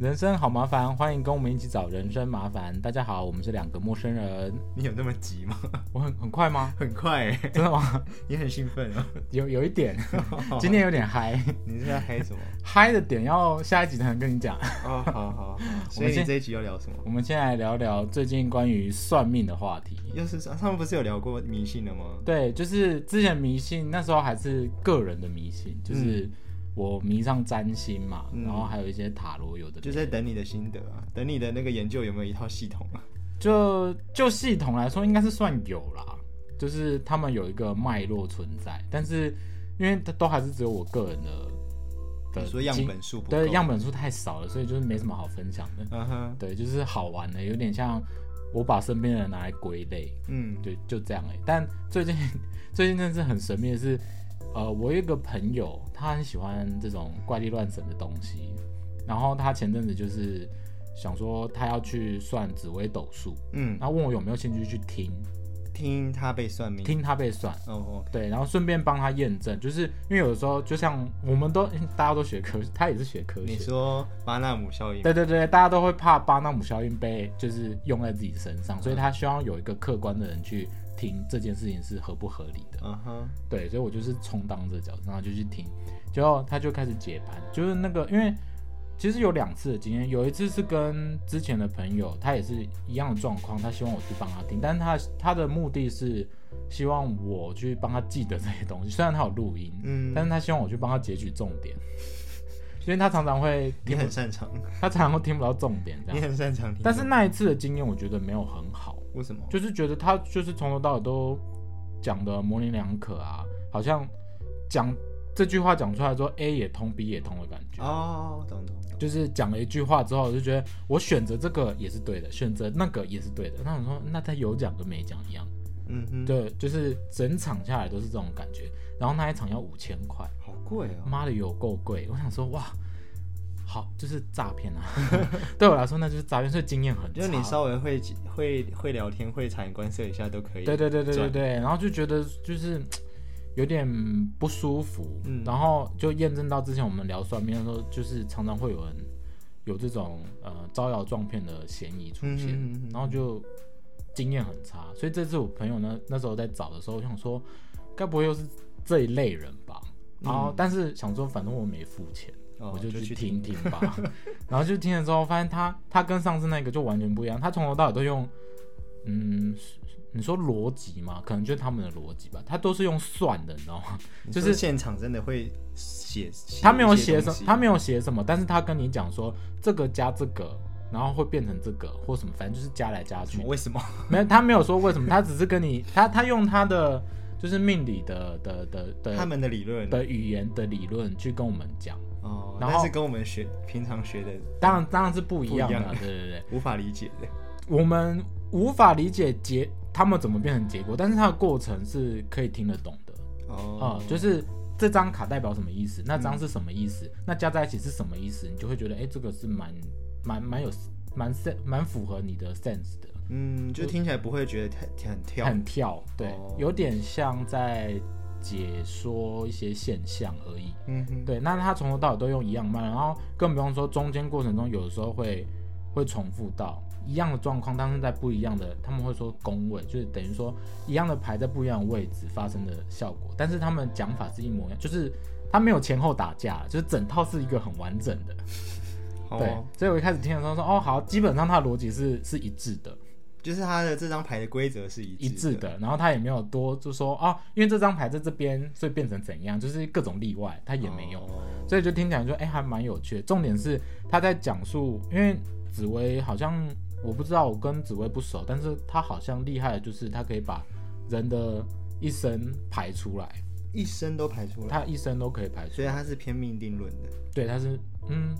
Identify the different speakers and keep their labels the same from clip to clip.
Speaker 1: 人生好麻烦，欢迎跟我们一起找人生麻烦。大家好，我们是两个陌生人。
Speaker 2: 你有那么急吗？
Speaker 1: 我很很快吗？
Speaker 2: 很快、欸，
Speaker 1: 真的吗？
Speaker 2: 你很兴奋啊！
Speaker 1: 有有一 点，今天有点嗨，
Speaker 2: 你是在 嗨什么？
Speaker 1: 嗨的点要下一集才能跟你讲。
Speaker 2: 哦，好好 好。所以你这一集要聊什么？
Speaker 1: 我们先来聊聊最近关于算命的话题。
Speaker 2: 又是上们不是有聊过迷信的吗？
Speaker 1: 对，就是之前迷信，那时候还是个人的迷信，就是我迷上占星嘛，
Speaker 2: 嗯
Speaker 1: 然后还有一些塔罗有的没的。
Speaker 2: 就在等你的心得啊，等你的那个研究有没有一套系统啊？
Speaker 1: 就就系统来说，应该是算有啦，就是他们有一个脉络存在，但是因为它都还是只有我个人的的
Speaker 2: 你说样
Speaker 1: 经
Speaker 2: 本数不够，
Speaker 1: 对样本数太少了，所以就是没什么好分享的。
Speaker 2: 嗯哼，
Speaker 1: 对，就是好玩的，有点像我把身边的人拿来归类，
Speaker 2: 嗯，
Speaker 1: 对，就这样哎、但最近最近真的是很神秘的是，呃，我有一个朋友，他很喜欢这种怪力乱神的东西，然后他前阵子就是想说他要去算紫微斗数。
Speaker 2: 嗯，
Speaker 1: 然后问我有没有兴趣去听
Speaker 2: 听他被算命，
Speaker 1: 听他被算，
Speaker 2: 哦，
Speaker 1: 对，然后顺便帮他验证，就是因为有的时候就像我们都 大家都学科，他也是学科
Speaker 2: 你
Speaker 1: 学，
Speaker 2: 说巴纳姆效应，
Speaker 1: 对对对，大家都会怕巴纳姆效应被就是用在自己身上，所以他希望有一个客观的人去听这件事情是合不合理的，
Speaker 2: 嗯哼，
Speaker 1: 对，所以我就是充当这角色，然后就去听，结果他就开始解盘，就是那个因为。其实有两次的经验，有一次是跟之前的朋友，他也是一样的状况，他希望我去帮他听，但是他他的目的是希望我去帮他记得这些东西，虽然他有录音，
Speaker 2: 嗯，
Speaker 1: 但是他希望我去帮他截取重点，因为他常常会
Speaker 2: 你
Speaker 1: 听不
Speaker 2: 很，擅长，
Speaker 1: 他常常会听不到重点这
Speaker 2: 你
Speaker 1: 样。
Speaker 2: 很擅长听，
Speaker 1: 啊但是那一次的经验，我觉得没有很好，
Speaker 2: 为什么？
Speaker 1: 就是觉得他就是从头到尾都讲的模棱两可啊，好像讲这句话讲出来之后，A 也通，B 也通的感觉。
Speaker 2: 哦，懂懂懂，
Speaker 1: 就是讲了一句话之后，我就觉得我选择这个也是对的，选择那个也是对的。那我说，那他有讲跟没讲一样。
Speaker 2: 嗯哼，，
Speaker 1: 对，就是整场下来都是这种感觉。然后那一场要五千块，
Speaker 2: 好贵哦，
Speaker 1: 妈的有够贵！我想说，哇，好，就是诈骗啊！ 对我来说，那就是诈骗，所以经验很差。
Speaker 2: 就是你稍微会会会聊天，会察言观色一下都可以，
Speaker 1: 对对对对对
Speaker 2: 赚
Speaker 1: 对，然后就觉得就是嘖有点不舒服，
Speaker 2: 嗯
Speaker 1: 然后就验证到之前我们聊算命的时候，就是常常会有人有这种呃招摇撞骗的嫌疑出现，
Speaker 2: 嗯嗯嗯嗯
Speaker 1: 然后就经验很差，所以这次我朋友呢那时候在找的时候，我想说该不会又是这一类人吧？
Speaker 2: 嗯
Speaker 1: 然后、但是想说反正我没付钱。
Speaker 2: 哦，
Speaker 1: 我就去
Speaker 2: 去
Speaker 1: 听听 吧。然后就听了之后，发现他他跟上次那个就完全不一样，他从头到尾都用，嗯，你说逻辑嘛，可能就是他们的逻辑吧，他都是用算的，你知道吗？
Speaker 2: 你
Speaker 1: 就
Speaker 2: 说
Speaker 1: 是
Speaker 2: 现场真的会写，写
Speaker 1: 他没有
Speaker 2: 一些
Speaker 1: 写
Speaker 2: 东
Speaker 1: 什，
Speaker 2: 西嗯
Speaker 1: 他没有写什么，但是他跟你讲说这个加这个。然后会变成这个或什么，反正就是加来加
Speaker 2: 什
Speaker 1: 去
Speaker 2: 么，为什么？
Speaker 1: 没有他没有说为什么，他只是跟你他他用他的就是命理的的的
Speaker 2: 他
Speaker 1: 的
Speaker 2: 们的理论
Speaker 1: 的语言的理论去跟我们讲，
Speaker 2: 哦，
Speaker 1: 然
Speaker 2: 但
Speaker 1: 后
Speaker 2: 是跟我们学平常学的
Speaker 1: 当然当然是不一
Speaker 2: 不一
Speaker 1: 样的
Speaker 2: 样
Speaker 1: 啊，对对对。
Speaker 2: 无法理解的，
Speaker 1: 我们无法理解结他们怎么变成结果，但是它的过程是可以听得懂的啊、
Speaker 2: 哦，
Speaker 1: 就是这张卡代表什么意思，那张是什么意思，那加在一起是什么意思，你就会觉得，哎、这个是蛮蛮蛮有蛮 sense 蛮符合你的 sense 的，
Speaker 2: 嗯，就听起来不会觉得太很跳，
Speaker 1: 很跳，对，
Speaker 2: 哦
Speaker 1: 有点像在解说一些现象而已。
Speaker 2: 嗯哼，
Speaker 1: 对，那他从头到尾都用一样慢，然后更不用说中间过程中有的时候会会重复到一样的状况，但是在不一样的，他们会说宫位，就是等于说一样的牌在不一样的位置发生的效果，但是他们讲法是一模一样，就是他没有前后打架，就是整套是一个很完整的。
Speaker 2: 好
Speaker 1: 对
Speaker 2: 哦，，
Speaker 1: 所以我一开始听的时候说，哦，好，基本上它的逻辑是是一致的，
Speaker 2: 就是他的这张牌的规则是一
Speaker 1: 一致
Speaker 2: 致，
Speaker 1: 的，然后他也没有多就说啊、因为这张牌在这边，所以变成怎样，就是各种例外，他也没有。
Speaker 2: 哦
Speaker 1: 所以就听起来就哎、还蛮有趣的。重点是他在讲述，因为紫薇好像我不知道，我跟紫薇不熟，但是他好像厉害的就是他可以把人的一生排出来，
Speaker 2: 一生都排出来，
Speaker 1: 他一生都可以排出
Speaker 2: 所以
Speaker 1: 来。
Speaker 2: 他是偏命定论的，
Speaker 1: 对，他是嗯，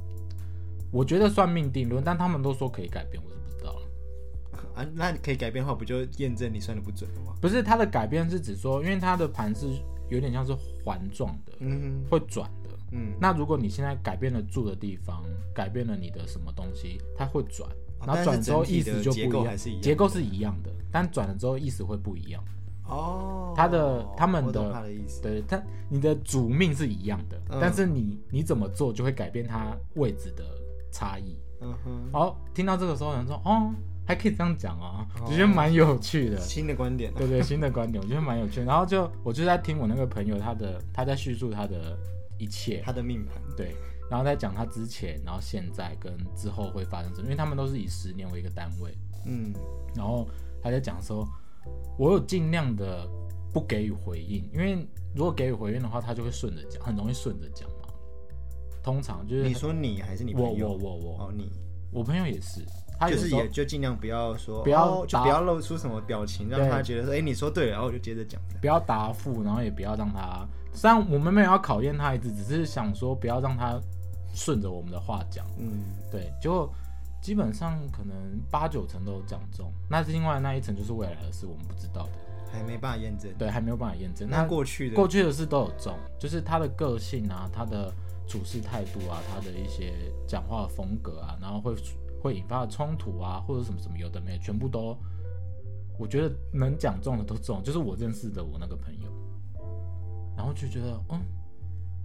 Speaker 1: 我觉得算命定论，但他们都说可以改变，我是不知道了。
Speaker 2: 啊，那可以改变的话，不就验证你算的不准了吗？
Speaker 1: 不是他的改变是指说，因为他的盘是有点像是环状的，
Speaker 2: 嗯
Speaker 1: 会转的。
Speaker 2: 哼，嗯，
Speaker 1: 那如果你现在改变了住的地方，改变了你的什么东西，它会转，
Speaker 2: 哦
Speaker 1: 然后转之后意思就不
Speaker 2: 但是整体的结
Speaker 1: 一
Speaker 2: 构
Speaker 1: 样
Speaker 2: 还是一，样的
Speaker 1: 结构是一样的，但转了之后意思会不一样。
Speaker 2: 哦，
Speaker 1: 他的他们的
Speaker 2: 我懂他的意思，
Speaker 1: 对，它你的主命是一样的，
Speaker 2: 嗯
Speaker 1: 但是你你怎么做就会改变它位置的差异。
Speaker 2: 嗯哼，
Speaker 1: 然后听到这个时候，想说哦，还可以这样讲啊，
Speaker 2: 哦
Speaker 1: 我觉得蛮有趣的。
Speaker 2: 新的观点啊，
Speaker 1: 对对，新的观点，我觉得蛮有趣的。然后就我就在听我那个朋友他的他在叙述他的一切，
Speaker 2: 他的命盘，
Speaker 1: 对，然后在讲他之前，然后现在跟之后会发生什么，因为他们都是以十年为一个单位。
Speaker 2: 嗯，
Speaker 1: 然后他在讲说，我有尽量的不给予回应，因为如果给予回应的话，他就会顺着讲，很容易顺着讲嘛。通常就是
Speaker 2: 你说你还是你
Speaker 1: 我
Speaker 2: 朋友？
Speaker 1: 我我我
Speaker 2: 哦，你
Speaker 1: 我朋友也是，他有
Speaker 2: 就
Speaker 1: 时
Speaker 2: 是
Speaker 1: 候
Speaker 2: 也就尽量不要说，
Speaker 1: 不要
Speaker 2: 哦就
Speaker 1: 打
Speaker 2: 不要露出什么表情，让
Speaker 1: 对
Speaker 2: 他觉得说，哎，你说对了，然后我就接着讲这样。
Speaker 1: 不要答复，然后也不要让他，虽然我们没有要考验他一次，只是想说不要让他顺着我们的话讲。
Speaker 2: 嗯，
Speaker 1: 对，结果基本上可能八九成都有讲中，那另外那一层就是未来的事，我们不知道的，
Speaker 2: 还没办法验证。
Speaker 1: 对，还没有办法验证。
Speaker 2: 那过去的
Speaker 1: 过去的事都有中，就是他的个性啊，他的处事态度啊，他的一些讲话的风格啊，然后会会引发的冲突啊，或者什么什么有的没的，全部都，我觉得能讲中的都中，就是我认识的我那个朋友，然后就觉得，嗯，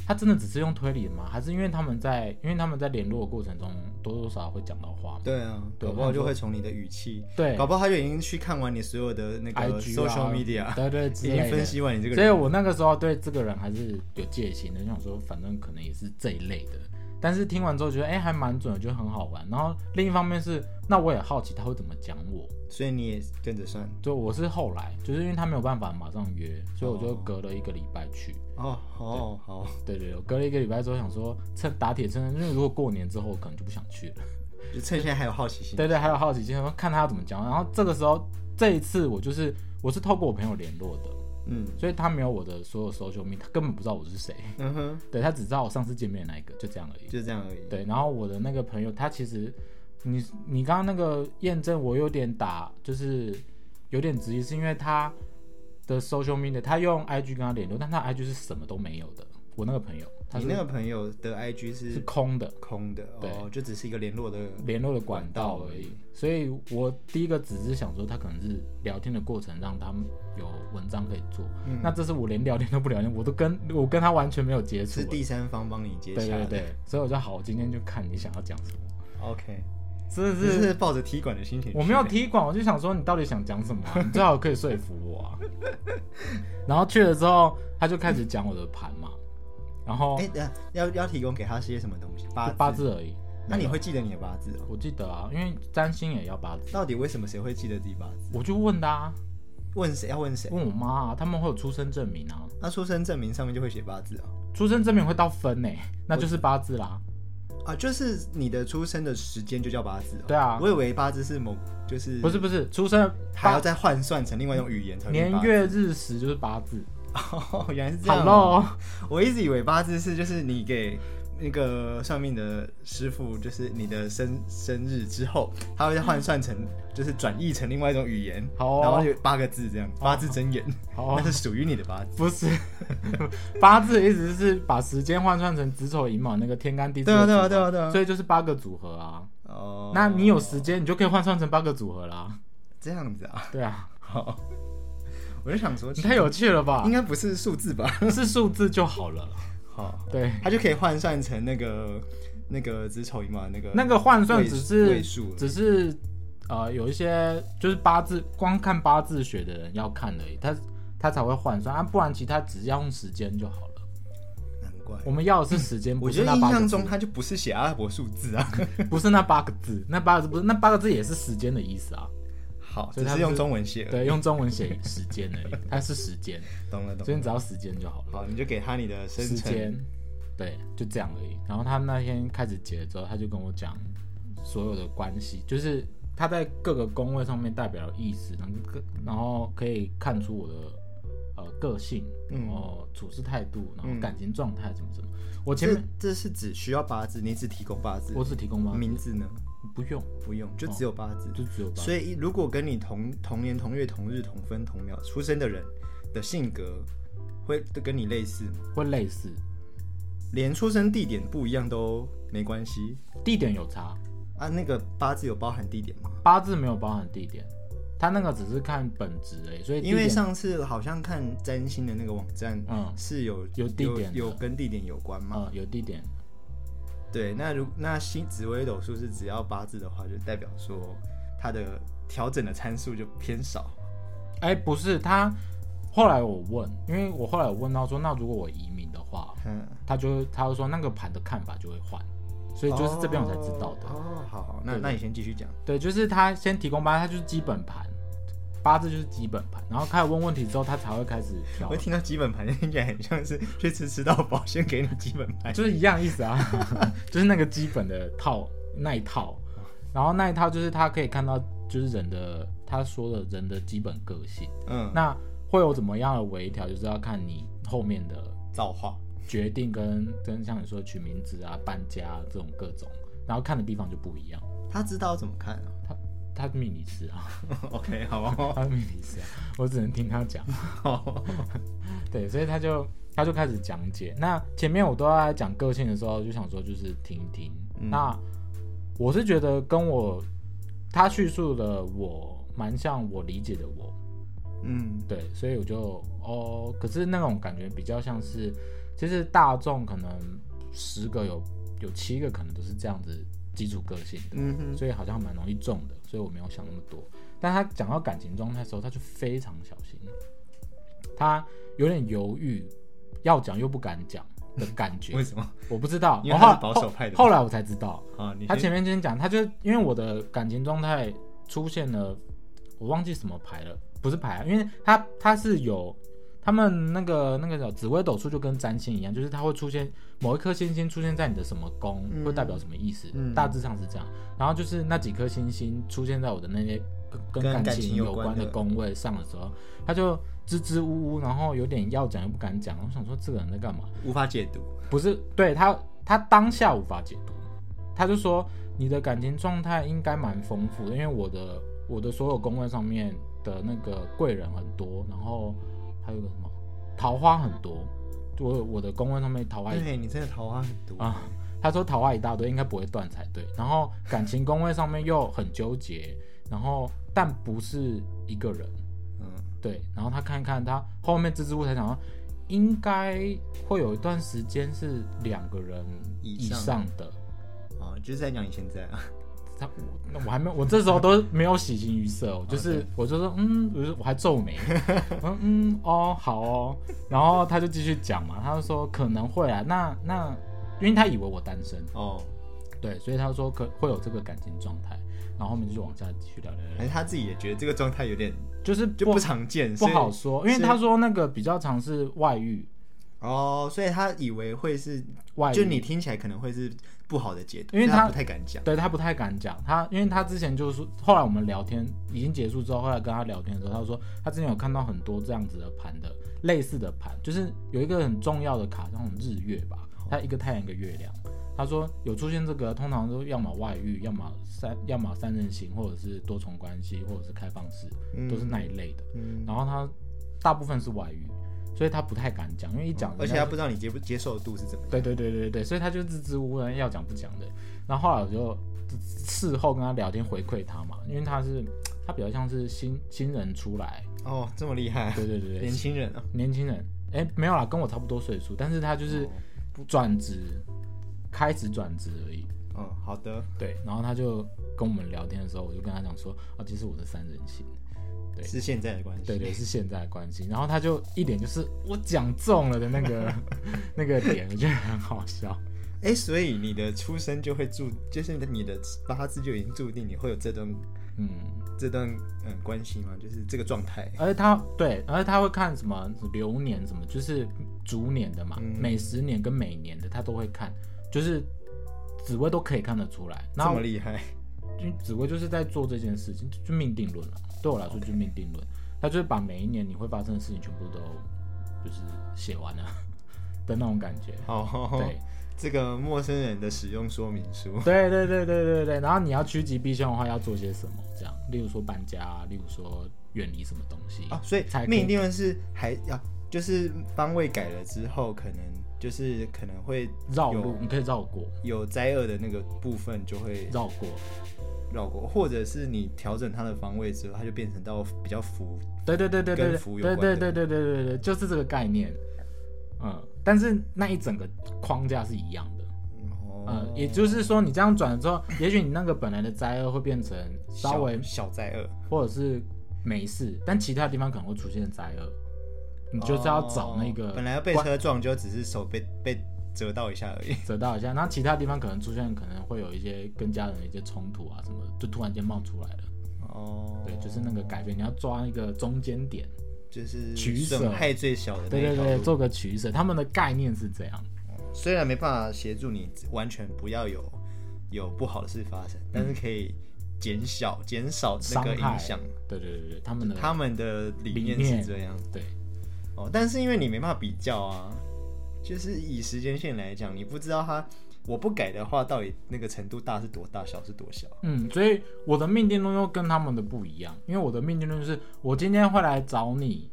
Speaker 1: 他真的只是用推理吗？还是因为他们在因为他们在联络的过程中多多少少会讲到话嘛？
Speaker 2: 对啊，
Speaker 1: 对
Speaker 2: 搞不
Speaker 1: 他
Speaker 2: 好
Speaker 1: 们
Speaker 2: 就
Speaker 1: 说
Speaker 2: 会从你的语气，
Speaker 1: 对
Speaker 2: 搞不好他就已经去看完你所有的那个
Speaker 1: IG 啊
Speaker 2: social media，
Speaker 1: 对对之
Speaker 2: 已
Speaker 1: 类
Speaker 2: 经
Speaker 1: 的
Speaker 2: 分析完你这个
Speaker 1: 所以
Speaker 2: 人。
Speaker 1: 我那个时候对这个人还是有戒心的，就想说反正可能也是这一类的。但是听完之后觉得，哎、还蛮准的，觉得很好玩。然后另一方面是，那我也好奇他会怎么讲我。
Speaker 2: 所以你也跟着算
Speaker 1: 就我是后来，就是因为他没有办法马上约，所以我就
Speaker 2: 哦
Speaker 1: 隔了一个礼拜去。
Speaker 2: 哦，好好，
Speaker 1: 对对对，我隔了一个礼拜之后想说，趁打铁趁热，因为如果过年之后我可能就不想去了。
Speaker 2: 就趁现在还有好奇心。
Speaker 1: 对对，还有好奇心，说看他要怎么讲。然后这个时候，这一次我就是我是透过我朋友联络的，
Speaker 2: 嗯
Speaker 1: 所以他没有我的所有 social media，他根本不知道我是谁。
Speaker 2: 嗯哼，
Speaker 1: 对他只知道我上次见面的那一个，就这样而已。
Speaker 2: 就这样而已。
Speaker 1: 对，然后我的那个朋友，他其实你你刚刚那个验证，我有点打，就是有点质疑，是因为他的 social media，他用 IG 跟他联络，但他 IG 是什么都没有的。我那个朋友，他
Speaker 2: 你
Speaker 1: 是
Speaker 2: 那个朋友的 IG
Speaker 1: 是
Speaker 2: 是
Speaker 1: 空的
Speaker 2: 空的，
Speaker 1: 对嗯
Speaker 2: 哦，就只是一个联络的。
Speaker 1: 联络的管道而已，所以我第一个只是想说，他可能是聊天的过程让他们有文章可以做。
Speaker 2: 嗯
Speaker 1: 那这是我连聊天都不聊天，我都跟我跟他完全没有接触
Speaker 2: 是
Speaker 1: 了。
Speaker 2: 第三方帮你接
Speaker 1: 对
Speaker 2: 洽
Speaker 1: 对
Speaker 2: 的。
Speaker 1: 对，所以我就好，我今天就看你想要讲什么。
Speaker 2: OK，
Speaker 1: 真的
Speaker 2: 这
Speaker 1: 是
Speaker 2: 是抱着踢馆的心情去的。
Speaker 1: 我没有踢馆，我就想说你到底想讲什么啊、 你最好可以说服我啊。然后去了之后，他就开始讲我的盘嘛，然后
Speaker 2: 哎，等下要要提供给他些什么东西？八
Speaker 1: 就八。字而已。
Speaker 2: 那
Speaker 1: 没
Speaker 2: 你
Speaker 1: 有
Speaker 2: 会记得你的八字哦？
Speaker 1: 我记得啊，因为占星也要八字，
Speaker 2: 到底为什么谁会记得自己八字？
Speaker 1: 我就问他、啊，
Speaker 2: 问谁要问谁？
Speaker 1: 问我妈啊，他们会有出生证明啊，
Speaker 2: 那出生证明上面就会写八字哦。
Speaker 1: 出生证明会到分呢、那就是八字啦。
Speaker 2: 啊，就是你的出生的时间就叫八字哦。
Speaker 1: 对啊
Speaker 2: 我以为八字是某，就是
Speaker 1: 不是不是，出生
Speaker 2: 还要
Speaker 1: 八
Speaker 2: 再换算成另外一种语言才会
Speaker 1: 年
Speaker 2: 变八字。
Speaker 1: 月日时就是八字。
Speaker 2: 哦，原来是这样。
Speaker 1: Hello，
Speaker 2: 我一直以为八字是就是你给那个算命的师傅，就是你的生生日之后，他会再换算成，就是转译成另外一种语言，
Speaker 1: 好哦哦
Speaker 2: 然后就八个字这样，八字真言，
Speaker 1: 好哦
Speaker 2: 那是属于你 的八字。
Speaker 1: 不是，八字的意思是把时间换算成子丑寅卯那个天干地支。
Speaker 2: 对啊对啊对啊对啊
Speaker 1: 所以就是八个组合啊。
Speaker 2: 哦
Speaker 1: 那你有时间，你就可以换算成八个组合啦。
Speaker 2: 这样子啊？
Speaker 1: 对 啊，
Speaker 2: 好，我就想说，
Speaker 1: 你太有趣了吧
Speaker 2: 应？该不是数字吧？
Speaker 1: 是数字就好了。
Speaker 2: 好，
Speaker 1: 对，
Speaker 2: 它就可以换算成那个那个子丑寅卯那个
Speaker 1: 那个换算
Speaker 2: 位
Speaker 1: 只
Speaker 2: 位
Speaker 1: 是
Speaker 2: 数而已
Speaker 1: 只是呃有一些就是八字，光看八字学的人要看而已，他他才会换算啊，不然其他只要用时间就好了。
Speaker 2: 难怪。
Speaker 1: 我们要的是时 间，
Speaker 2: 我
Speaker 1: 不
Speaker 2: 觉
Speaker 1: 是
Speaker 2: 得
Speaker 1: 那
Speaker 2: 印
Speaker 1: 八
Speaker 2: 象
Speaker 1: 个
Speaker 2: 中
Speaker 1: 字，
Speaker 2: 它就不是写阿拉伯数字啊。
Speaker 1: 不是那八个字，那八个字不是那八个字也是时间的意思啊。
Speaker 2: 好，
Speaker 1: 所以
Speaker 2: 只
Speaker 1: 它
Speaker 2: 是用
Speaker 1: 是
Speaker 2: 中文写而已。
Speaker 1: 对，用中文写时间而已，它是时间，
Speaker 2: 懂了
Speaker 1: 所
Speaker 2: 懂
Speaker 1: 以
Speaker 2: 了。
Speaker 1: 你只要时间就好了，
Speaker 2: 好，你就给他你的
Speaker 1: 时
Speaker 2: 生辰
Speaker 1: 间，对，就这样而已。然后他那天开始结了之后，他就跟我讲所有的关系，就是他在各个宫位上面代表的意思，然后各然后可以看出我的呃个性，
Speaker 2: 嗯
Speaker 1: 然后处事态度，然
Speaker 2: 嗯
Speaker 1: 后感情状态怎么怎么。我前
Speaker 2: 这
Speaker 1: 面
Speaker 2: 这是只需要八字，你只提供八字。
Speaker 1: 我只提供吗？
Speaker 2: 名字呢？
Speaker 1: 不用，
Speaker 2: 不用，就只有八字。
Speaker 1: 就只有八
Speaker 2: 所以如果跟你同同年同月同日同分同秒出生的人的性格会都跟你类似吗？
Speaker 1: 会类似，
Speaker 2: 连出生地点不一样都没关系
Speaker 1: 地点有差，
Speaker 2: 啊。那个八字有包含地点吗？
Speaker 1: 八字没有包含地点，他那个只是看本质而已，所以地
Speaker 2: 因为
Speaker 1: 点
Speaker 2: 上次好像看占星的那个网站
Speaker 1: 嗯
Speaker 2: 是有
Speaker 1: 有地点的哦
Speaker 2: 哦有跟地点有关吗？
Speaker 1: 啊、有地点，
Speaker 2: 对，那如那新紫微斗数是只要八字的话，就代表说它的调整的参数就偏少。
Speaker 1: 哎，不是他。后来我问，因为我后来有问到说，那如果我移民的话，
Speaker 2: 嗯，
Speaker 1: 他就他就说那个盘的看法就会换，所以就是这边我才知道的。
Speaker 2: 哦，哦好好，那
Speaker 1: 对对
Speaker 2: 那你先继续讲。
Speaker 1: 对，就是他先提供八，他就是基本盘，八字就是基本盘，然后开始问问题之后，他才会开始调
Speaker 2: 我，听到基本盘听起来很像是去吃吃到饱，先给你基本 盘。
Speaker 1: 就是一样意思啊，就是那个基本的套那一套，然后那一套就是他可以看到就是人的他说的人的基本个性，
Speaker 2: 嗯，
Speaker 1: 那会有怎么样的微调，就是要看你后面的
Speaker 2: 造化。
Speaker 1: 决定跟跟像你说取名字啊、搬家、啊、这种各种，然后看的地方就不一样。
Speaker 2: 他知道怎么看啊
Speaker 1: 他是命理师啊，
Speaker 2: ？OK，好哦，
Speaker 1: 他是命理师啊，我只能听他讲。
Speaker 2: 好，
Speaker 1: 对，所以他就他就开始讲解。那前面我都在讲个性的时候，就想说就是听一听。
Speaker 2: 嗯
Speaker 1: 那我是觉得跟我他叙述的我蛮像我理解的我，
Speaker 2: 嗯，
Speaker 1: 对，所以我就哦，可是那种感觉比较像是，其实大众可能十个有有七个可能都是这样子基础个性的，
Speaker 2: 嗯哼，
Speaker 1: 所以好像蛮容易中的，所以我没有想那么多。但他讲到感情状态的时候，他就非常小心，他有点犹豫，要讲又不敢讲的感觉
Speaker 2: 为。什么？
Speaker 1: 我不知道，
Speaker 2: 因
Speaker 1: 我
Speaker 2: 为
Speaker 1: 后
Speaker 2: 他是保守派的
Speaker 1: 后后来我才知道，
Speaker 2: 啊，你
Speaker 1: 他
Speaker 2: 先
Speaker 1: 前面先讲，他就因为我的感情状态出现了，我忘记什么牌了，不是牌、啊，因为他他是有他们那个那个叫紫微斗数就跟占星一样，就是它会出现某一颗星星出现在你的什么宫，
Speaker 2: 嗯
Speaker 1: 会代表什么意思，
Speaker 2: 嗯
Speaker 1: 大致上是这样。然后就是那几颗星星出现在我的那些跟
Speaker 2: 跟
Speaker 1: 跟
Speaker 2: 感
Speaker 1: 感
Speaker 2: 情
Speaker 1: 情
Speaker 2: 有
Speaker 1: 有
Speaker 2: 关
Speaker 1: 关
Speaker 2: 的
Speaker 1: 的宫位上的时候，他就支支吾吾，然后有点要讲又不敢讲，我想说这个人在干嘛？
Speaker 2: 无法解读。
Speaker 1: 不是，对他，他当下无法解读，他就说你的感情状态应该蛮丰富的，因为我的我的所有工位上面的那个贵人很多，然后还有个什么桃花很多，我我的工位上面桃花一
Speaker 2: 对，你真的桃花很多
Speaker 1: 啊，他说桃花一大堆，应该不会断才对。然后感情工位上面又很纠结，然后但不是一个人，
Speaker 2: 嗯，
Speaker 1: 对，然后他看一看，他后面支支吾吾才想到，应该会有一段时间是两个人
Speaker 2: 以
Speaker 1: 以
Speaker 2: 上
Speaker 1: 上的。
Speaker 2: 哦，就是在讲你现在啊，
Speaker 1: 他我那我还没有，我这时候都没有喜形于色、哦，就
Speaker 2: 哦
Speaker 1: 是
Speaker 2: 对
Speaker 1: 我就说嗯，我就我还皱 眉，嗯嗯哦好哦，然后他就继续讲嘛，他就说可能会啊，那那因为他以为我单身，
Speaker 2: 哦，
Speaker 1: 对，所以他说可会有这个感情状态，然后后面就往下继续聊聊
Speaker 2: 还
Speaker 1: 聊，
Speaker 2: 是他自己也觉得这个状态有点
Speaker 1: 就是
Speaker 2: 哎就
Speaker 1: 不
Speaker 2: 不常见，
Speaker 1: 不
Speaker 2: 所以
Speaker 1: 好说，因为
Speaker 2: 所以
Speaker 1: 他说那个比较常是外遇，
Speaker 2: 哦，所以他以为会是，
Speaker 1: 外遇
Speaker 2: 就你听起来可能会是不好的解读，
Speaker 1: 因为
Speaker 2: 所以他
Speaker 1: 他
Speaker 2: 不太敢讲。
Speaker 1: 对他不太敢讲，他因为他之前就是后来我们聊天已经结束之后，后来跟他聊天的时候，他说他之前有看到很多这样子的盘的类似的盘，就是有一个很重要的卡，那种日月吧，
Speaker 2: 哦
Speaker 1: 它一个太阳一个月亮。他说有出现这个，通常都要么外遇，要么三，要么三人行，或者是多重关系，或者是开放式，
Speaker 2: 嗯
Speaker 1: 都是那一类的。
Speaker 2: 嗯，
Speaker 1: 然后他大部分是外遇，所以他不太敢讲，因为一讲人家
Speaker 2: 而且他不知道你接不接受度是怎么样。
Speaker 1: 对对对对对对，所以他就支支吾吾要讲不讲的。然后后来我就事后跟他聊天回馈他嘛，因为他是他比较像是新新人出来，
Speaker 2: 哦，这么厉害，
Speaker 1: 对对 对
Speaker 2: 年
Speaker 1: 对，
Speaker 2: 轻人啊，
Speaker 1: 年轻人，哎、没有啦，跟我差不多岁数，但是他
Speaker 2: 哦
Speaker 1: 就是转职，开始转职而已。
Speaker 2: 嗯，好的，
Speaker 1: 对，然后他就跟我们聊天的时候，我就跟他讲说，啊，其实我是三人行，对
Speaker 2: 是现在的关系。
Speaker 1: 对对，是现在的关系。然后他就一脸就是我讲中了的那个那个脸，我觉得很好笑。
Speaker 2: 哎，所以你的出生就会注，就是你的你的八字就已经注定你会有这段
Speaker 1: 嗯，
Speaker 2: 这段嗯关系吗？就是这个状态。
Speaker 1: 而且他对，而且他会看什么流年什么，就是逐年的嘛，
Speaker 2: 嗯
Speaker 1: 每十年跟每年的他都会看，就是紫薇都可以看得出来。
Speaker 2: 这
Speaker 1: 然后
Speaker 2: 么厉害，
Speaker 1: 因为紫薇就是在做这件事情，就就命定论了。对我来说，就是命定论，他就是把每一年你会发生的事情全部都就是写完了 的那种感觉。
Speaker 2: 哦，
Speaker 1: 对，
Speaker 2: 这个陌生人的使用说明书，
Speaker 1: 对对对对对对，然后你要趋吉避凶的话，要做些什么？这样，例如说搬家啊，例如说远离什么东西
Speaker 2: 啊，所以
Speaker 1: 才可以
Speaker 2: 命定论是还要、就是方位改了之后，可能就是可能会
Speaker 1: 绕
Speaker 2: 有
Speaker 1: 路，你可以绕过，
Speaker 2: 有灾厄的那个部分就会
Speaker 1: 绕过。
Speaker 2: 绕过，或者是你调整它的方位之后，它就变成到比较符。
Speaker 1: 对对对对对
Speaker 2: 跟
Speaker 1: 对
Speaker 2: 服有
Speaker 1: 对
Speaker 2: 关
Speaker 1: 对
Speaker 2: 的
Speaker 1: 对对对对对，就是这个概念。嗯，但是那一整个框架是一样的，
Speaker 2: 哦，
Speaker 1: 呃，也就是说你这样转了之后，也许你那个本来的灾厄会变成稍微
Speaker 2: 小小灾厄，
Speaker 1: 或者是没事，但其他地方可能会出现灾厄，你就是要找那个
Speaker 2: 哦本来要被
Speaker 1: 关
Speaker 2: 车撞，就只是手被被折到一下而已。
Speaker 1: 折到一下，然后其他地方可能出现可能会有一些跟家人的一些冲突啊什么的，就突然间冒出来了。
Speaker 2: 哦，
Speaker 1: 对，就是那个改变，你要抓一个中间点。
Speaker 2: 就是
Speaker 1: 取舍
Speaker 2: 损害最小的那
Speaker 1: 对
Speaker 2: 一
Speaker 1: 对
Speaker 2: 条路。
Speaker 1: 对，做个取舍，他们的概念是这样。
Speaker 2: 虽然没办法协助你完全不要有有不好的事发生，但是可以减小减少那
Speaker 1: 伤
Speaker 2: 个
Speaker 1: 害
Speaker 2: 影响。
Speaker 1: 对对对对，他们的
Speaker 2: 他们的理念
Speaker 1: 理念
Speaker 2: 是这样
Speaker 1: 对
Speaker 2: 哦，但是因为你没办法比较啊，就是以时间线来讲，你不知道它我不改的话，到底那个程度大是多大，小是多小。
Speaker 1: 嗯，所以我的命定论又跟他们的不一样，因为我的命定论是我今天会来找你，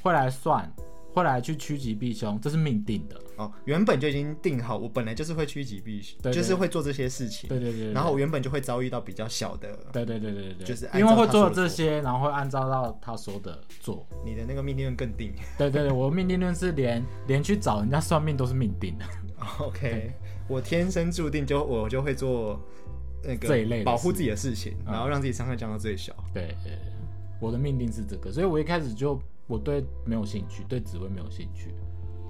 Speaker 1: 会来算，会来去趋吉避凶，这是命定的。
Speaker 2: 哦，原本就已经定好，我本来就是会趋吉避凶，
Speaker 1: 对对
Speaker 2: 就是会做这些事情。
Speaker 1: 对对对对
Speaker 2: 然后我原本就会遭遇到比较小的，
Speaker 1: 对对对对对对，
Speaker 2: 就是按照
Speaker 1: 因为会
Speaker 2: 他
Speaker 1: 做
Speaker 2: 所
Speaker 1: 这
Speaker 2: 说
Speaker 1: 些，然后会按照到他说的做。
Speaker 2: 你的那个命令更定。
Speaker 1: 对对对，我的命定论是连连去找人家算命都是命定的。
Speaker 2: OK，我天生注定就我就会做那个
Speaker 1: 这一类的
Speaker 2: 保
Speaker 1: 事
Speaker 2: 护
Speaker 1: 嗯
Speaker 2: 自己的事情，然后让自己伤害降到最小。
Speaker 1: 对，对对我的命定是这个，所以我一开始就我对没有兴趣，对紫薇没有兴趣。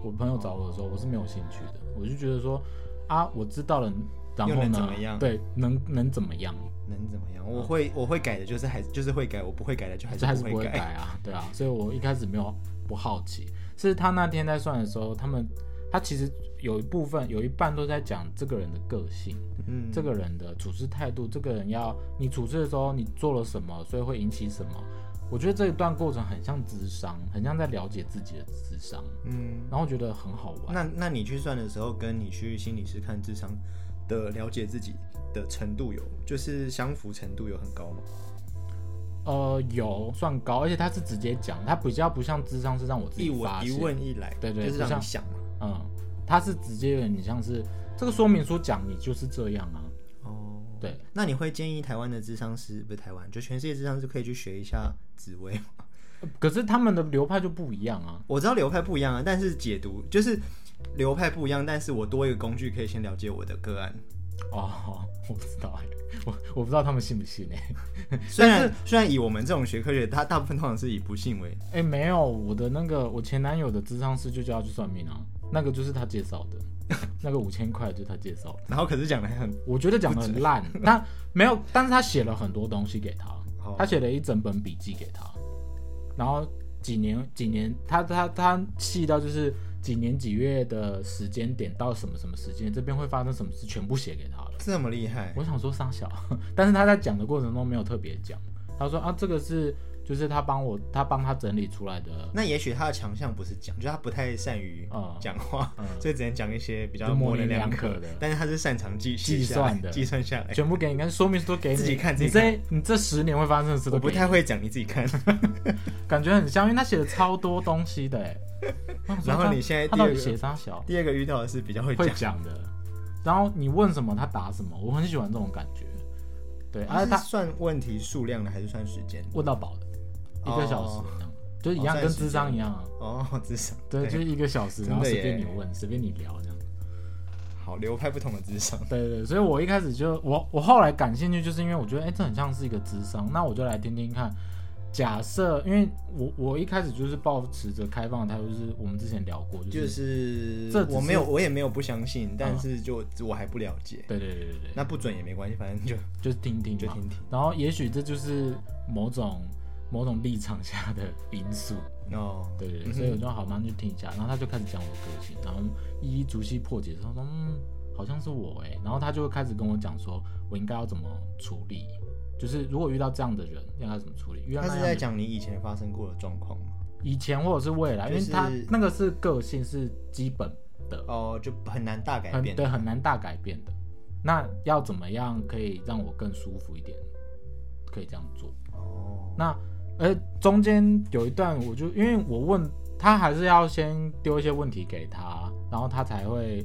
Speaker 1: 我朋友找我的时候，我是没有兴趣的，我就觉得说啊，我知道了，然后
Speaker 2: 又能
Speaker 1: 呢？
Speaker 2: 怎么样
Speaker 1: 对，能能怎么样？
Speaker 2: 能怎么样？我会我会改的，就是还就是会改，我不会改的就还
Speaker 1: 这还是
Speaker 2: 是
Speaker 1: 不会
Speaker 2: 会
Speaker 1: 改。啊， 对啊，所以我一开始没有不好奇，是他那天在算的时候，他们他其实有一部分有一半都在讲这个人的个性，
Speaker 2: 嗯，
Speaker 1: 这个人的处事态度，这个人要你处事的时候你做了什么，所以会引起什么。我觉得这一段过程很像智商，很像在了解自己的智商，
Speaker 2: 嗯，
Speaker 1: 然后觉得很好玩。
Speaker 2: 那那你去算的时候，跟你去心理师看智商的了解自己的程度有，就是相符程度有很高吗？
Speaker 1: 呃，有算高，而且他是直接讲，他比较不像智商是让我自
Speaker 2: 一
Speaker 1: 己发
Speaker 2: 问一
Speaker 1: 现。
Speaker 2: 问一来，
Speaker 1: 对对
Speaker 2: 就
Speaker 1: 不
Speaker 2: 是让
Speaker 1: 像
Speaker 2: 你想嘛。
Speaker 1: 嗯，他是直接有点像是这个说明书讲你就是这样啊，
Speaker 2: 哦，
Speaker 1: 对。
Speaker 2: 那你会建议台湾的智商师不是台湾，就全世界智商师可以去学一下紫薇吗？
Speaker 1: 可是他们的流派就不一样啊。
Speaker 2: 我知道流派不一样啊，但是解读就是流派不一样，但是我多一个工具可以先了解我的 个案。
Speaker 1: 哦，我不知道哎、我我不知道他们信不信哎、
Speaker 2: 虽然虽然以我们这种学科学，它大部分通常是以不信为
Speaker 1: 哎、没有，我的那个我前男友的智商师就叫他去算命啊，那个就是他介绍的， 那个五千块就是他介绍的。
Speaker 2: 然后可是讲的很
Speaker 1: 我觉得讲的很烂，但没有，但是他写了很多东西给他，
Speaker 2: 好
Speaker 1: 他写了一整本笔记给他，然后几年几年，他他他细到就是几年几月的时间点到什么什么时间，这边会发生什么事，全部写给他了。
Speaker 2: 这么厉害，
Speaker 1: 我想说上小， 但是他在讲的过程中没有特别讲，他说啊，这个是就是他帮我他帮他整理出来的
Speaker 2: 那也许他的强项不是讲，就他不太善于
Speaker 1: 嗯
Speaker 2: 讲话，
Speaker 1: 嗯
Speaker 2: 所以只能讲一些比较
Speaker 1: 就模
Speaker 2: 模
Speaker 1: 棱
Speaker 2: 棱
Speaker 1: 两
Speaker 2: 两
Speaker 1: 可
Speaker 2: 可
Speaker 1: 的
Speaker 2: 但是他是擅长计
Speaker 1: 计
Speaker 2: 下来
Speaker 1: 算的哎
Speaker 2: 计算下来。
Speaker 1: 全部给你，跟说明书都给你，
Speaker 2: 自己看自
Speaker 1: 你
Speaker 2: 己
Speaker 1: 这你这十年会发生的事都
Speaker 2: 我
Speaker 1: 给
Speaker 2: 不
Speaker 1: 你
Speaker 2: 太会讲，你自 己看。
Speaker 1: 感觉很像，因为他写了超多东西的 哎。我想说
Speaker 2: 然后
Speaker 1: 他
Speaker 2: 你现在
Speaker 1: 他
Speaker 2: 第
Speaker 1: 到
Speaker 2: 二
Speaker 1: 底
Speaker 2: 个
Speaker 1: 写啥小？
Speaker 2: 第二个遇到的是比较会
Speaker 1: 会
Speaker 2: 讲，
Speaker 1: 讲的，然后你问什么他答什么，我很喜欢这种感觉。对，而且
Speaker 2: 他哦是
Speaker 1: 啊他
Speaker 2: 算问题数量的还是算时间？
Speaker 1: 问到饱的，一个小时
Speaker 2: 哦
Speaker 1: 这样，就一样
Speaker 2: 哦
Speaker 1: 跟
Speaker 2: 算时
Speaker 1: 智商一样啊。
Speaker 2: 哦，智商
Speaker 1: 对，就是一个小时，
Speaker 2: 真的
Speaker 1: 然后随便你
Speaker 2: 耶
Speaker 1: 问，随便你聊这样。
Speaker 2: 好流派不同的智商。
Speaker 1: 对对对，所以我一开始就我我后来感兴趣，就是因为我觉得哎、诶这很像是一个智商，那我就来听听看。假设，因为我我一开始就是抱持着开放的态度，就是我们之前聊过，就是、
Speaker 2: 就是
Speaker 1: 这只是
Speaker 2: 我没有，我也没有不相信，但是就我还不了解。
Speaker 1: 对对对对对，
Speaker 2: 那不准也没关系，反正就
Speaker 1: 就是听听
Speaker 2: 就
Speaker 1: 嘛。
Speaker 2: 听听。
Speaker 1: 然后也许这就是某种某种立场下的因素，
Speaker 2: 哦，
Speaker 1: 对对对，
Speaker 2: 嗯哼
Speaker 1: 所以我就好，马上就听一下。然后他就开始讲我的个性，然后一一逐细破解之后说，嗯，好像是我哎、然后他就会开始跟我讲说，我应该要怎么处理，就是如果遇到这样的人，应该要怎么处理。遇到
Speaker 2: 他
Speaker 1: 那样
Speaker 2: 是
Speaker 1: 的
Speaker 2: 在
Speaker 1: 人
Speaker 2: 讲你以前发生过的状况吗？
Speaker 1: 以前或者是未来，因
Speaker 2: 就
Speaker 1: 为
Speaker 2: 是
Speaker 1: 他那个是个性是基本的，
Speaker 2: 哦，就很难大改
Speaker 1: 很
Speaker 2: 变。
Speaker 1: 对，很难大改变的。那要怎么样可以让我更舒服一点？可以这样做。
Speaker 2: 哦，
Speaker 1: 那呃，中间有一段，我就因为我问他，还是要先丢一些问题给他，然后他才会，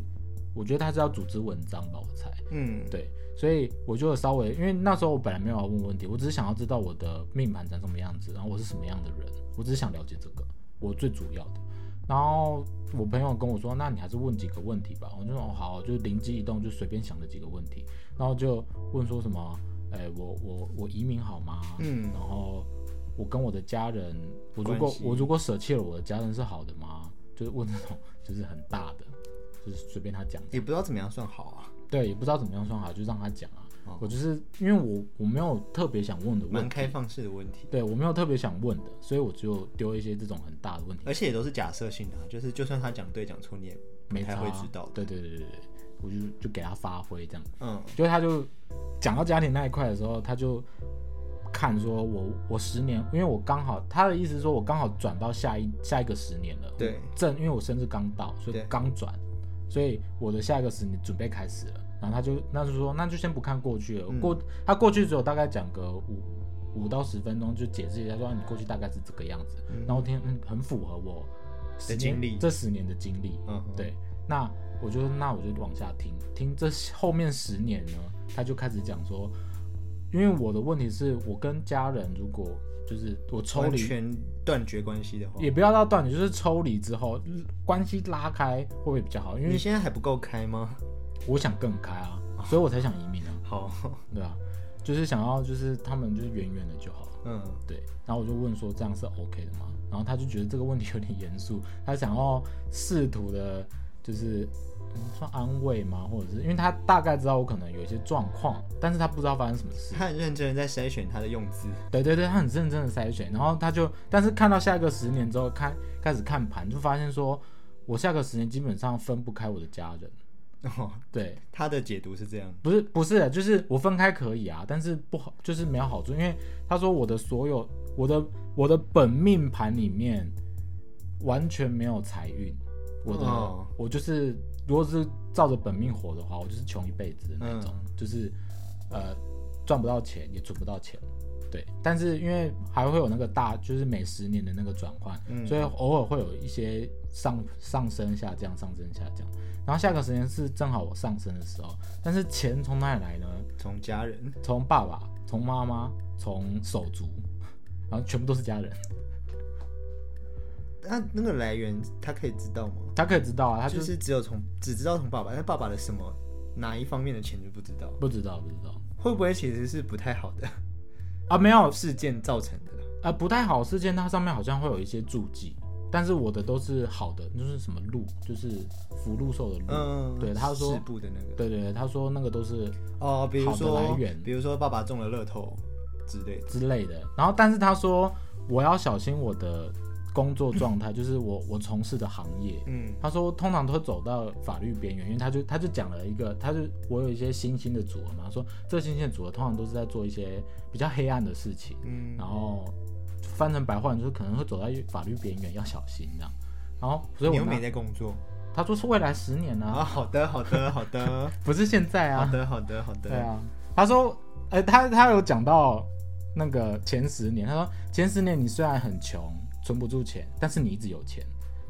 Speaker 1: 我觉得他是要组织文章吧，我猜。
Speaker 2: 嗯，
Speaker 1: 对，所以我就稍微，因为那时候我本来没有要问问题，我只是想要知道我的命盘长什么样子，然后我是什么样的人，我只是想了解这个，我最主要的。然后我朋友跟我说，那你还是问几个问题吧。我就说哦好，就灵机一动，就随便想了几个问题，然后就问说什么，哎，我我我移民好吗？
Speaker 2: 嗯
Speaker 1: 然后我跟我的家人，我如
Speaker 2: 关
Speaker 1: 果
Speaker 2: 系
Speaker 1: 我如果舍弃了我的家人是好的吗？就是问这种 就是很大的，就是随便他讲。
Speaker 2: 也不知道怎么样算好啊，
Speaker 1: 对，也不知道怎么样算好，就让他讲啊。
Speaker 2: 哦
Speaker 1: 我就是因为我我没有特别想问的问
Speaker 2: 蛮
Speaker 1: 题，
Speaker 2: 开放式的问题，
Speaker 1: 对我没有特别想问的，所以我就丢一些这种很大的问题，
Speaker 2: 而且也都是假设性的、啊，就是就算他讲对讲错，你也不
Speaker 1: 没
Speaker 2: 太
Speaker 1: 差啊
Speaker 2: 会知道的。
Speaker 1: 对对对对对，我就就给他发挥这样。
Speaker 2: 嗯，
Speaker 1: 就他就讲到家庭那一块的时候，他就看说我我十年，因为我刚好他的意思是说我刚好转到下一下一个十年了，
Speaker 2: 对，
Speaker 1: 正因为我生日刚到，所以
Speaker 2: 对
Speaker 1: 刚转，所以我的下一个十年准备开始了。然后他就那就说那就先不看过去了，
Speaker 2: 嗯
Speaker 1: 过他过去只有大概讲个五五到十分钟，就解释一下说、啊你过去大概是这个样子，
Speaker 2: 嗯
Speaker 1: 然后我听嗯很符合我十年
Speaker 2: 经历
Speaker 1: 这十年的经历，
Speaker 2: 嗯，
Speaker 1: 对，那我就那我就往下听听这后面十年呢，他就开始讲说，因为我的问题是我跟家人如果就是我抽
Speaker 2: 完
Speaker 1: 离，
Speaker 2: 全断绝关系的话，
Speaker 1: 也不要到断绝，就是抽离之后关系拉开会不会比较好？因
Speaker 2: 你
Speaker 1: 为
Speaker 2: 现在还不够开吗？
Speaker 1: 我想更开啊，所以我才想移民啊，
Speaker 2: 好，
Speaker 1: 对吧、就是想要就是他们就是远远的就好了。
Speaker 2: 嗯，
Speaker 1: 对，然后我就问说这样是 OK 的吗？然后他就觉得这个问题有点严肃，他想要试图的，就是嗯算安慰吗？或者是因为他大概知道我可能有一些状况，但是他不知道发生什么事。
Speaker 2: 他很认真的在筛选他的用字，
Speaker 1: 对对对，他很认真的筛选，然后他就，但是看到下一个十年之后，看开始看盘，就发现说我下个十年基本上分不开我的家人。
Speaker 2: 哦，
Speaker 1: 对，
Speaker 2: 他的解读是这样，
Speaker 1: 不是不是，就是我分开可以啊，但是不好，就是没有好处，因为他说我的所有，我的我的本命盘里面完全没有财运，我的、
Speaker 2: 哦
Speaker 1: 我就是如果是照着本命活的话，我就是穷一辈子的那种，就是呃赚不到钱也存不到钱，对，但是因为还会有那个大，就是每十年的那个转换，
Speaker 2: 嗯
Speaker 1: 所以偶尔会有一些上上升下降，上升下降。然后下个十年是正好我上升的时候，但是钱从哪里来呢？
Speaker 2: 从家人，
Speaker 1: 从爸爸、从妈妈、从手足，然后全部都是家人。
Speaker 2: 那那个来源他可以知道吗？
Speaker 1: 他可以知道啊，他
Speaker 2: 他
Speaker 1: 就
Speaker 2: 就是是只有从只知道从爸爸，但爸爸的什么哪一方面的钱就不知道，
Speaker 1: 不知道，不知道
Speaker 2: 会不会其实是不太好 的
Speaker 1: 啊，没有
Speaker 2: 事件造成的？
Speaker 1: 呃，不太好事件，它上面好像会有一些注记，但是我的都是好的，就是什么鹿，就是福禄寿的鹿。
Speaker 2: 嗯，
Speaker 1: 对他说
Speaker 2: 事故的那个
Speaker 1: 对对对，他说那个都是
Speaker 2: 哦，比如
Speaker 1: 好的
Speaker 2: 说
Speaker 1: 来源
Speaker 2: 比如说爸爸中了乐透之类的，
Speaker 1: 之类的。然后，但是他说我要小心我的工作状 态，就是我我从事的行业。
Speaker 2: 嗯
Speaker 1: 他说通常都会走到法律边缘，因为他就他就讲了一个，他就我有一些新兴的组合嘛，说这新兴的组合通常都是在做一些比较黑暗的事情，
Speaker 2: 嗯
Speaker 1: 然后翻成白话就是可能会走到法律边缘，要小心这样。然后，所以
Speaker 2: 你
Speaker 1: 我
Speaker 2: 又没
Speaker 1: 拿
Speaker 2: 在工作
Speaker 1: 他说是未来十年啊，
Speaker 2: 啊？好的，好的，好的，
Speaker 1: 不是现在
Speaker 2: 好
Speaker 1: 啊，
Speaker 2: 的，好的，好 的，
Speaker 1: 对啊。他说，呃，他他有讲到那个前十年，他说前十年你虽然很穷，存不住钱，但是你一直有钱。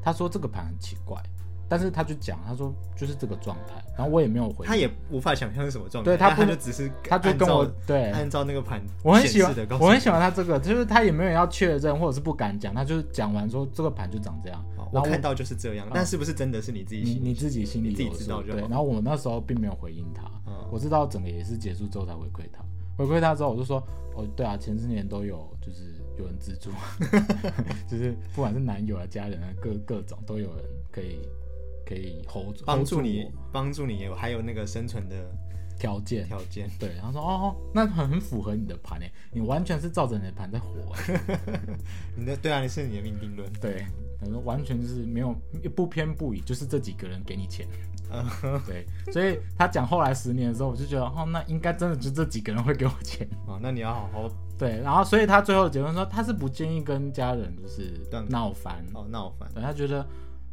Speaker 1: 他说这个盘很奇怪，但是他就讲，他说就是这个状态，然后我也没有回，
Speaker 2: 他也无法想象是什么状态，
Speaker 1: 对他
Speaker 2: 但
Speaker 1: 不
Speaker 2: 他就只是
Speaker 1: 他就跟我
Speaker 2: 按照
Speaker 1: 对。
Speaker 2: 按照那个盘
Speaker 1: 我很喜
Speaker 2: 显
Speaker 1: 欢
Speaker 2: 示的告，诉
Speaker 1: 我很
Speaker 2: 你
Speaker 1: 喜欢他这个，就是他也没有要确认，或者是不敢讲，他就是讲完说这个盘就长这样
Speaker 2: 哦，
Speaker 1: 然
Speaker 2: 我
Speaker 1: 后嗯
Speaker 2: 看到就是这样，但是不是真的是你自己
Speaker 1: 你
Speaker 2: 心里
Speaker 1: 你自己心里
Speaker 2: 你自己
Speaker 1: 有
Speaker 2: 知
Speaker 1: 数
Speaker 2: 道就
Speaker 1: 对。
Speaker 2: 好
Speaker 1: 然后我那时候并没有回应他，
Speaker 2: 嗯
Speaker 1: 我知道整个也是结束之后才回馈他。回馈他之后，我就说，哦，对啊，前四年都有，就是有人资助， 就是不管是男友啊、家人啊，各各种都有人可以可以 hold
Speaker 2: 帮
Speaker 1: hold
Speaker 2: 助
Speaker 1: 住
Speaker 2: 你
Speaker 1: 我
Speaker 2: 帮助你有还有那个生存的
Speaker 1: 条件。
Speaker 2: 条件。
Speaker 1: 对，然后说哦，那很很符合你的盘诶，欸你完全是照着你的盘在活诶。
Speaker 2: 你的对啊，你是你的命定论。
Speaker 1: 对，他说完全就是没有不偏不倚，就是这几个人给你钱。
Speaker 2: 嗯，
Speaker 1: 对，所以他讲后来十年的时候，我就觉得哦，那应该真的就这几个人会给我钱。
Speaker 2: 哦，那你要好好
Speaker 1: 对，然后所以他最后的结论说，他是不建议跟家人就是
Speaker 2: 断
Speaker 1: 闹翻，
Speaker 2: 哦闹翻。
Speaker 1: 对他觉得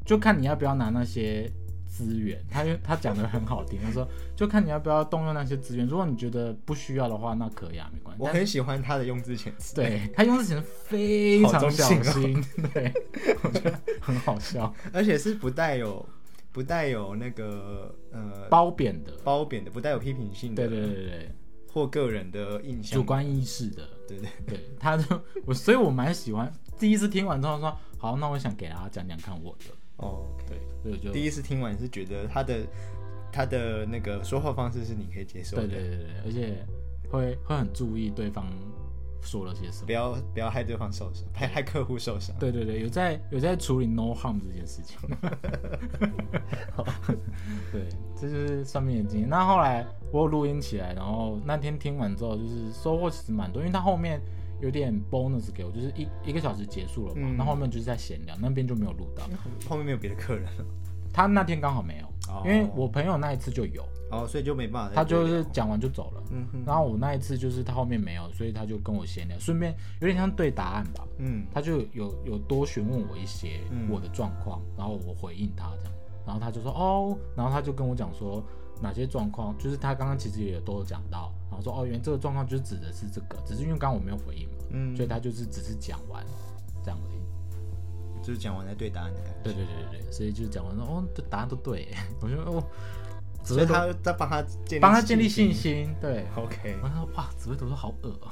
Speaker 1: 就看你要不要拿那些资源。他就他讲的很好听，他说就看你要不要动用那些资源。如果你觉得不需要的话，那可以啊，没关系。
Speaker 2: 我
Speaker 1: 但
Speaker 2: 很喜欢他的用字遣词。
Speaker 1: 对他用字显得非
Speaker 2: 好
Speaker 1: 常
Speaker 2: 中
Speaker 1: 小
Speaker 2: 性哦
Speaker 1: 心，对， 我觉得很好笑，
Speaker 2: 而且是不带有不带有那个呃
Speaker 1: 褒贬的，
Speaker 2: 褒贬的，不带有批评性的，
Speaker 1: 对对对对对，
Speaker 2: 或个人的印象，
Speaker 1: 主观意识的。
Speaker 2: 对对。
Speaker 1: 对，他就我，所以我蛮喜欢。第一次听完之后说，好，那我想给大家讲讲看我的，
Speaker 2: 哦，
Speaker 1: 对，所以我就
Speaker 2: 第一次听完是觉得他的他的那个说话方式是你可以接受的，
Speaker 1: 对对对对，对而且会会很注意对方说了些什么
Speaker 2: 不。要不要害对方受伤， 害害客户受伤。
Speaker 1: 对对对，有在有在处理 no harm 这件 事情。对，这就是算命的经验。那后来我有录音起来，然后那天听完之后，就是收获其实蛮多，因为他后面有点 bonus 给我，就是一一个小时结束了嘛，
Speaker 2: 嗯
Speaker 1: 那、后面就是在闲聊，那边就没有录到。
Speaker 2: 后面没有别的客人了，
Speaker 1: 他那天刚好没有，因为我朋友那一次就有，
Speaker 2: 哦，所以就没办法再
Speaker 1: 他
Speaker 2: 多
Speaker 1: 就
Speaker 2: 聊。
Speaker 1: 是讲完就走了。
Speaker 2: 嗯哼
Speaker 1: 然后我那一次就是他后面没有，所以他就跟我闲聊，顺便有点像对答案吧。
Speaker 2: 嗯，
Speaker 1: 他就有有多询问我一些
Speaker 2: 嗯
Speaker 1: 我的状况，然后我回应他这样，然后他就说哦，然后他就跟我讲说哪些状况，就是他刚刚其实也都有讲到，然后说哦，原来这个状况就是指的是这个，只是因为刚刚我没有回应嘛，
Speaker 2: 嗯
Speaker 1: 所以他就是只是讲完这样而已。
Speaker 2: 就是讲完再对答案的感觉。
Speaker 1: 对对对对对，所以就讲完说哦，这答案都对， 我觉得哦，紫
Speaker 2: 所
Speaker 1: 微
Speaker 2: 以
Speaker 1: 斗
Speaker 2: 他在帮他建立
Speaker 1: 帮他建立信
Speaker 2: 心。
Speaker 1: 心，对。
Speaker 2: OK，
Speaker 1: 我说哇，紫微斗数好恶哦、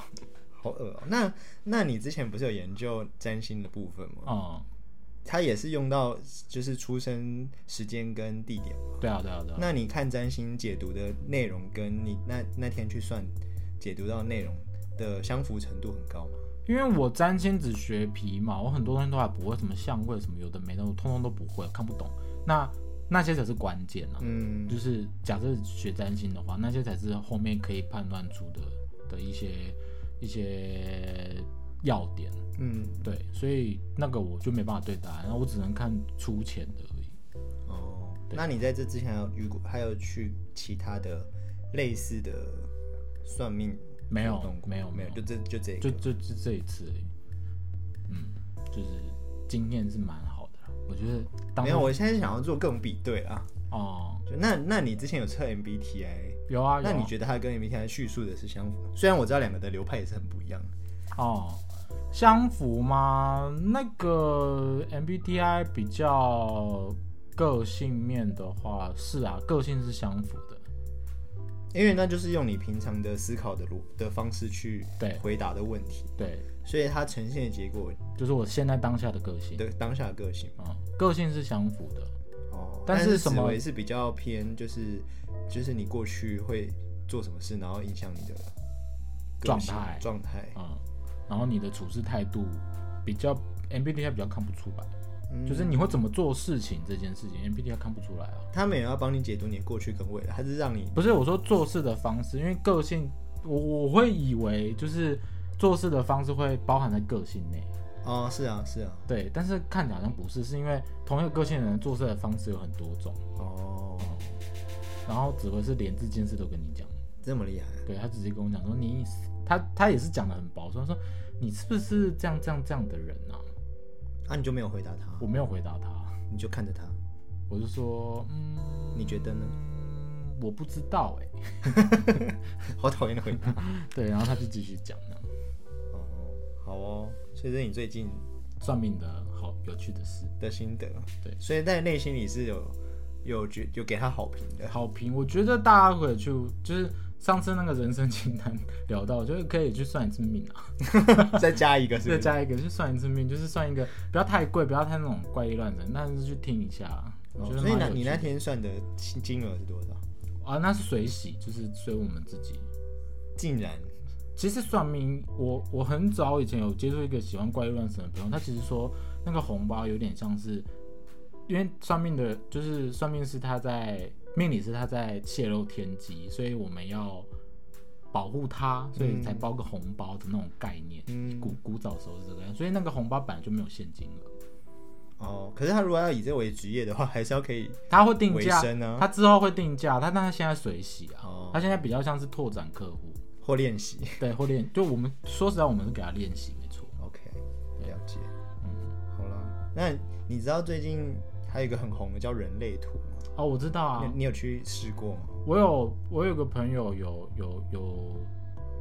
Speaker 2: 好恶哦、那那你之前不是有研究占星的部分吗？
Speaker 1: 嗯，
Speaker 2: 它也是用到就是出生时间跟地点。
Speaker 1: 对啊，对啊，对啊。
Speaker 2: 那你看占星解读的内容，跟你那那天去算解读到内容的相符程度很高吗？
Speaker 1: 因为我占星只学皮嘛，我很多东西都还不会，什么相位什么有的没的，我通通都不会，看不懂。那那些才是关键啊！
Speaker 2: 嗯，
Speaker 1: 就是假设学占星的话，那些才是后面可以判断出的的一些一些要点。
Speaker 2: 嗯，
Speaker 1: 对，所以那个我就没办法对答案，那我只能看粗浅的而已。
Speaker 2: 哦，
Speaker 1: 对
Speaker 2: 那你在这之前还有遇过，还有去其他的类似的算命
Speaker 1: 没有
Speaker 2: 活动过
Speaker 1: 没有
Speaker 2: 没有，
Speaker 1: 没
Speaker 2: 就
Speaker 1: 有
Speaker 2: 这就这一个
Speaker 1: 就就就这一次而已。嗯，就是经验是蛮好的啦，我觉得当
Speaker 2: 没有。我现在想要做各种比对啊，
Speaker 1: 哦、
Speaker 2: 就那那你之前有测 MBTI，
Speaker 1: 有啊有
Speaker 2: 那
Speaker 1: 啊
Speaker 2: 你觉得它跟 MBTI 叙述的是相符？虽然我知道两个的流派也是很不一样，
Speaker 1: 哦，相符吗？那个 MBTI 比较个性面的话，是啊，个性是相符的。
Speaker 2: 因为那就是用你平常的思考的路的方式去
Speaker 1: 对
Speaker 2: 回答的问题，
Speaker 1: 对，
Speaker 2: 所以它呈现的结果
Speaker 1: 就是我现在当下的个性，
Speaker 2: 的当下的个性。
Speaker 1: 嗯，个性是相符的。
Speaker 2: 哦，
Speaker 1: 但是
Speaker 2: 是
Speaker 1: 什么
Speaker 2: 紫微是比较偏，就是就是你过去会做什么事，然后影响你的个性
Speaker 1: 状态
Speaker 2: 状态。
Speaker 1: 嗯，然后你的处事态度比较 MBTI 比较看不出来，
Speaker 2: 嗯
Speaker 1: 就是你会怎么做事情这件事情，MBTI 看不出来啊。
Speaker 2: 他们也要帮你解读你的过去跟未来，他是让你
Speaker 1: 不是我说做事的方式，因为个性，我我会以为就是做事的方式会包含在个性内。
Speaker 2: 哦，是啊，是啊，
Speaker 1: 对，但是看起来好像不是，是因为同一个个性的人做事的方式有很多种，
Speaker 2: 哦，
Speaker 1: 然后紫薇是连这件事都跟你讲，
Speaker 2: 这么厉害，啊
Speaker 1: 对他直接跟我讲说你，他他也是讲的很保守，他说你是不是这样这样这样的人啊？
Speaker 2: 那、你就没有回答他，
Speaker 1: 我没有回答他，
Speaker 2: 你就看着他，
Speaker 1: 我就说嗯，
Speaker 2: 你觉得呢？
Speaker 1: 我不知道哎、
Speaker 2: 好讨厌的回答。
Speaker 1: 对，然后他就继续讲那样
Speaker 2: 哦，好哦，所以这是你最近
Speaker 1: 算命的好有趣的事，
Speaker 2: 的心得，
Speaker 1: 对
Speaker 2: 所以在内心里是有有觉有给他好评的。
Speaker 1: 好评，我觉得大家可以去就是。上次那个人生清单 聊到，就是可以去算一次命啊，
Speaker 2: 再加一个是不
Speaker 1: 再
Speaker 2: 是？
Speaker 1: 加一个，就算一次命，就是算一个，不要太贵，不要太那种怪力乱神，但是去听一下，我
Speaker 2: 哦
Speaker 1: 觉得
Speaker 2: 所以
Speaker 1: 蛮
Speaker 2: 那
Speaker 1: 有
Speaker 2: 你
Speaker 1: 趣
Speaker 2: 那
Speaker 1: 的
Speaker 2: 天算的金金额是多少？
Speaker 1: 啊，那是水洗，就是随我们自己。
Speaker 2: 竟然
Speaker 1: 其实算命，我我很早以前有接触一个喜欢怪力乱神的朋友，他其实说那个红包有点像是，因为算命的，就是算命师他在命理师他在泄露天机，所以我们要保护他，所以才包个红包的那种概念。
Speaker 2: 嗯
Speaker 1: 古古早时候是这个样，所以那个红包本来就没有现金额。
Speaker 2: 哦，可是他如果要以这为职业的话，还是要可以
Speaker 1: 他会定
Speaker 2: 维
Speaker 1: 价，
Speaker 2: 生啊
Speaker 1: 他之后会定价，他但他现在水洗啊，
Speaker 2: 哦
Speaker 1: 他现在比较像是拓展客户，
Speaker 2: 或练习。
Speaker 1: 对，或练，就我们说实在，我们是给他练习，没错，
Speaker 2: OK，了解。
Speaker 1: 嗯，
Speaker 2: 好啦，那你知道最近还有一个很红的叫人类图吗？
Speaker 1: 哦，我知道啊
Speaker 2: 你，你有去试过吗？
Speaker 1: 我有我有个朋友有有有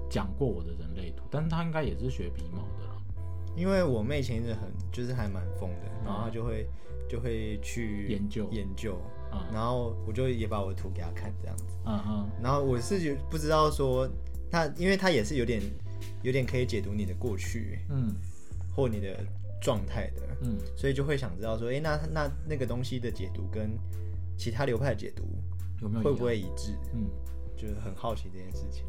Speaker 1: 讲过我的人类图，但是他应该也是学皮毛的啦，
Speaker 2: 因为我妹前一阵很就是还蛮疯的，然后她就会就会去
Speaker 1: 研究
Speaker 2: 研究，
Speaker 1: 嗯
Speaker 2: 然后我就也把我的图给她看这样子，
Speaker 1: 嗯嗯，
Speaker 2: 然后我是觉不知道说她，因为她也是有点有点可以解读你的过去
Speaker 1: 嗯，
Speaker 2: 或你的状态的，
Speaker 1: 嗯，
Speaker 2: 所以就会想知道说，诶，那那那个东西的解读跟其他流派的解读
Speaker 1: 有没有一
Speaker 2: 会
Speaker 1: 样
Speaker 2: 不？会一致？
Speaker 1: 嗯，
Speaker 2: 就是很好奇这件事情。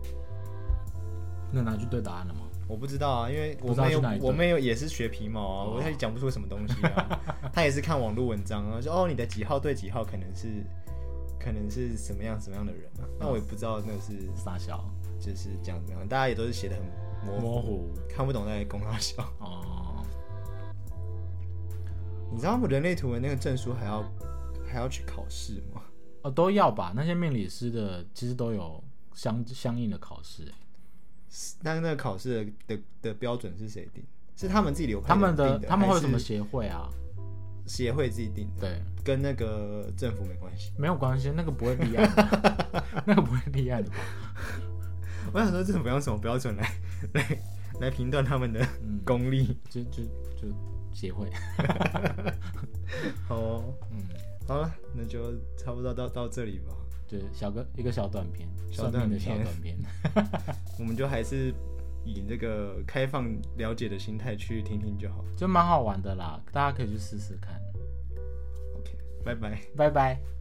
Speaker 1: 那拿去对答案了吗？
Speaker 2: 我不知道啊，因为
Speaker 1: 不
Speaker 2: 我
Speaker 1: 知道
Speaker 2: 妹
Speaker 1: 去哪里哦对
Speaker 2: 我妹也是学皮毛啊，我也讲不出什么东西啊。 她也是看网络文章啊，说哦你的几号对几号可能是可能是什么样什么样的人啊，那我也不知道那是
Speaker 1: 傻笑，
Speaker 2: 就是讲怎么样，大家也都是写的很模糊，
Speaker 1: 模糊
Speaker 2: 看不懂在公他笑。
Speaker 1: 哦，
Speaker 2: 你知道我们人类图文那个证书还要还要去考试吗？
Speaker 1: 哦都要吧。那些命理师的其实都有相相应的考试、欸
Speaker 2: 那那个考试的的的标准是谁定？是他们自己流派
Speaker 1: 他们
Speaker 2: 的
Speaker 1: 的
Speaker 2: 定
Speaker 1: 他们会有
Speaker 2: 还是
Speaker 1: 什么协会啊？
Speaker 2: 协会自己定的？
Speaker 1: 对，
Speaker 2: 跟那个政府没关系。
Speaker 1: 没有关系，那个不会立案的， 那个不会立案的吧？
Speaker 2: 我想说，政府用什么标准来来来评断他们的
Speaker 1: 嗯
Speaker 2: 功力？
Speaker 1: 就就就协会，
Speaker 2: 好、哦，
Speaker 1: 嗯，
Speaker 2: 好了，那就差不多到到这里吧。
Speaker 1: 对，小个一个小短片，
Speaker 2: 小
Speaker 1: 算
Speaker 2: 短
Speaker 1: 命
Speaker 2: 片
Speaker 1: 的小短片，
Speaker 2: 我们就还是以这个开放了解的心态去听听就好。
Speaker 1: 就蛮好玩的啦，大家可以去试试看。
Speaker 2: OK，拜拜。
Speaker 1: 拜拜。